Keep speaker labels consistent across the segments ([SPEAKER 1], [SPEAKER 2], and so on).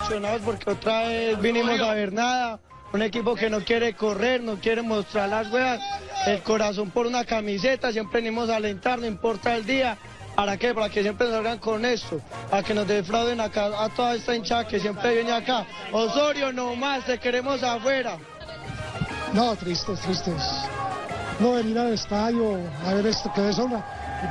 [SPEAKER 1] Emocionados porque otra vez vinimos a ver nada. Un equipo que no quiere correr, no quiere mostrar las weas. El corazón por una camiseta. Siempre venimos a alentar, no importa el día. ¿Para qué? Para que siempre salgan con esto. Para que nos defrauden acá a toda esta hinchada que siempre viene acá. Osorio, no más, te queremos afuera.
[SPEAKER 2] No, tristes, tristes. No venir al estadio a ver esto que es una,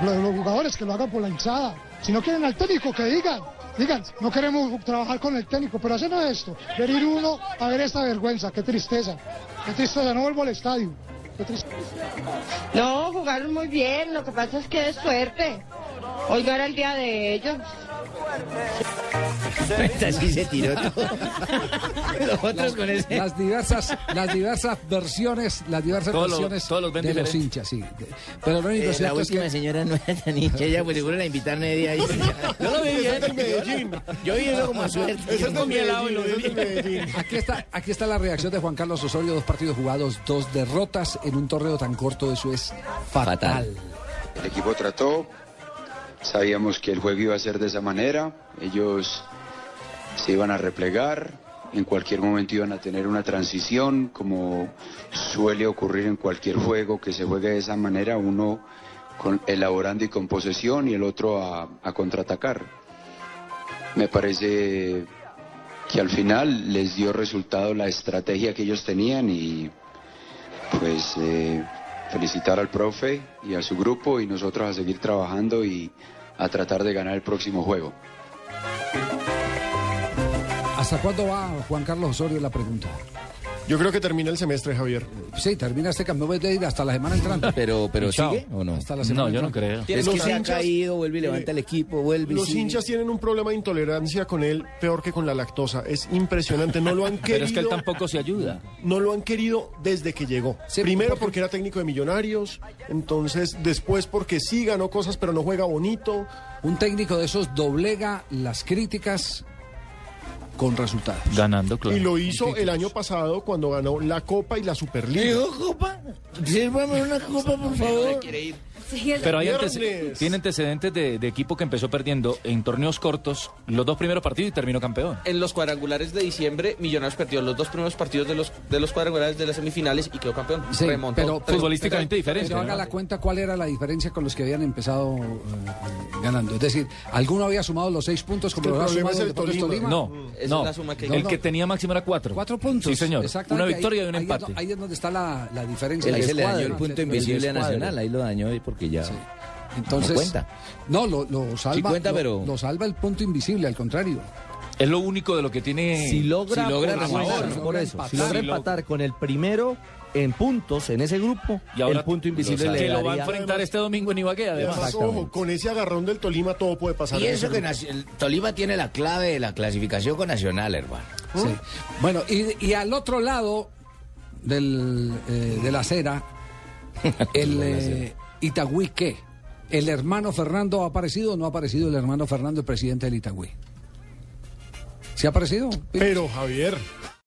[SPEAKER 2] lo de los jugadores que lo hagan por la hinchada. Si no quieren al técnico, que digan. Digan, no queremos trabajar con el técnico, pero hacen esto. Venir uno a ver esta vergüenza, qué tristeza. Qué tristeza, no vuelvo al estadio. Qué tristeza.
[SPEAKER 3] No, jugaron muy bien, lo que pasa es que es suerte. Hoy no era el día de ellos.
[SPEAKER 4] Así se tiró todo. Los otros con ese.
[SPEAKER 5] Las diversas, las diversas versiones, las diversas
[SPEAKER 6] Todos los-
[SPEAKER 5] versiones
[SPEAKER 6] todos los ven
[SPEAKER 5] de los
[SPEAKER 6] diferentes.
[SPEAKER 5] hinchas, sí. De- Pero lo
[SPEAKER 4] Eh,
[SPEAKER 5] único
[SPEAKER 4] la
[SPEAKER 5] cierto es
[SPEAKER 4] última
[SPEAKER 5] que
[SPEAKER 4] señora no era tan hincha, ella pues seguro la invitaron ese día. ahí. Yo lo vi bien. Yo vi eso como suerte. Yo comí helado y lo vi bien.
[SPEAKER 5] aquí está, aquí está la reacción de Juan Carlos Osorio, dos partidos jugados, dos derrotas en un torneo tan corto, eso es fatal.
[SPEAKER 4] Fatal.
[SPEAKER 7] El equipo trató, sabíamos que el juego iba a ser de esa manera, ellos se iban a replegar, en cualquier momento iban a tener una transición, como suele ocurrir en cualquier juego que se juegue de esa manera, uno con- elaborando y con posesión y el otro a, a contraatacar. Me parece que al final les dio resultado la estrategia que ellos tenían y pues eh, felicitar al profe y a su grupo y nosotros a seguir trabajando y a tratar de ganar el próximo juego.
[SPEAKER 5] ¿Hasta cuándo va Juan Carlos Osorio la pregunta?
[SPEAKER 8] Yo creo que termina el semestre, Javier.
[SPEAKER 5] Sí, termina este cambio de ir hasta la semana entrante.
[SPEAKER 4] Pero, pero
[SPEAKER 6] Chao.
[SPEAKER 4] ¿sigue o no?
[SPEAKER 5] Hasta la semana
[SPEAKER 6] No, yo no
[SPEAKER 5] entrante.
[SPEAKER 6] creo.
[SPEAKER 4] Es
[SPEAKER 8] Los
[SPEAKER 4] que se ha
[SPEAKER 8] hinchas-
[SPEAKER 4] caído, vuelve y levanta el equipo, vuelve y
[SPEAKER 8] Los
[SPEAKER 4] sigue.
[SPEAKER 8] hinchas tienen un problema de intolerancia con él peor que con la lactosa. Es impresionante. No lo han querido.
[SPEAKER 6] Pero es que él tampoco se ayuda.
[SPEAKER 8] No lo han querido desde que llegó.
[SPEAKER 5] Sí,
[SPEAKER 8] Primero
[SPEAKER 5] porque-
[SPEAKER 8] porque... era técnico de Millonarios, entonces después porque sí ganó cosas pero no juega bonito.
[SPEAKER 5] Un técnico de esos doblega las críticas con resultados.
[SPEAKER 6] Ganando, claro.
[SPEAKER 8] Y lo hizo el año pasado cuando ganó la Copa y la Superliga.
[SPEAKER 4] ¿Digo copa? Sírvame una copa, por favor.
[SPEAKER 6] Pero hay antece-
[SPEAKER 8] Viernes.
[SPEAKER 6] tiene antecedentes de, de equipo que empezó perdiendo en torneos cortos los dos primeros partidos y terminó campeón.
[SPEAKER 9] En los cuadrangulares de diciembre, Millonarios perdió los dos primeros partidos de los, de los cuadrangulares de las semifinales y quedó campeón.
[SPEAKER 5] Sí,
[SPEAKER 9] Remontó
[SPEAKER 5] pero
[SPEAKER 9] tres-
[SPEAKER 6] futbolísticamente
[SPEAKER 5] pero-
[SPEAKER 6] diferente,
[SPEAKER 5] Pero haga
[SPEAKER 6] ¿no?
[SPEAKER 5] la cuenta cuál era la diferencia con los que habían empezado eh, eh, ganando. Es decir, alguno había sumado los seis puntos como
[SPEAKER 8] Es que
[SPEAKER 5] los
[SPEAKER 8] el
[SPEAKER 5] había
[SPEAKER 8] problema
[SPEAKER 5] sumado
[SPEAKER 8] es el
[SPEAKER 5] Deportes
[SPEAKER 8] Tolima.
[SPEAKER 5] Tolima.
[SPEAKER 6] No,
[SPEAKER 4] Mm.
[SPEAKER 9] Esa es
[SPEAKER 6] no.
[SPEAKER 9] la suma que-
[SPEAKER 6] el
[SPEAKER 5] No,
[SPEAKER 6] que
[SPEAKER 5] no.
[SPEAKER 6] tenía máximo era cuatro.
[SPEAKER 5] Cuatro puntos.
[SPEAKER 6] Sí, señor.
[SPEAKER 5] Exactamente,
[SPEAKER 6] Una
[SPEAKER 5] ahí-
[SPEAKER 6] victoria y un
[SPEAKER 5] ahí es
[SPEAKER 6] empate.
[SPEAKER 5] do- ahí es donde está la, la diferencia.
[SPEAKER 4] Ahí
[SPEAKER 5] el
[SPEAKER 4] se le dañó el
[SPEAKER 5] descuadro.
[SPEAKER 4] punto invisible a
[SPEAKER 5] descuadro.
[SPEAKER 4] Nacional, ahí lo dañó hoy porque ya...
[SPEAKER 5] Entonces,
[SPEAKER 4] No cuenta.
[SPEAKER 5] No, lo, lo salva.
[SPEAKER 4] Sí cuenta,
[SPEAKER 5] lo-
[SPEAKER 4] pero-
[SPEAKER 5] lo salva el punto invisible, al contrario.
[SPEAKER 6] Es lo único de lo que tiene.
[SPEAKER 4] Si logra,
[SPEAKER 6] si logra
[SPEAKER 4] por,
[SPEAKER 6] la
[SPEAKER 4] favor,
[SPEAKER 6] buena,
[SPEAKER 5] ¿no?
[SPEAKER 4] por eso,
[SPEAKER 5] Empatar.
[SPEAKER 4] si logra
[SPEAKER 6] Si lo-
[SPEAKER 4] empatar con el primero en puntos en ese grupo,
[SPEAKER 6] Y ahora
[SPEAKER 4] el punto invisible
[SPEAKER 6] lo-
[SPEAKER 4] le
[SPEAKER 6] que lo va a
[SPEAKER 4] daría...
[SPEAKER 6] enfrentar este domingo en Ibagué, además.
[SPEAKER 8] Además, ojo, con ese agarrón del Tolima todo puede pasar.
[SPEAKER 4] Y
[SPEAKER 8] en
[SPEAKER 4] eso
[SPEAKER 8] ese
[SPEAKER 4] que
[SPEAKER 8] grupo.
[SPEAKER 4] Naci- el Tolima tiene la clave de la clasificación con Nacional, hermano.
[SPEAKER 5] Sí. Bueno, y, y al otro lado del, eh, de la acera, el eh, Itagüí, ¿qué? ¿El hermano Fernando ha aparecido o no ha aparecido el hermano Fernando, el presidente del Itagüí? ¿Se ha aparecido?
[SPEAKER 8] Pero Javier,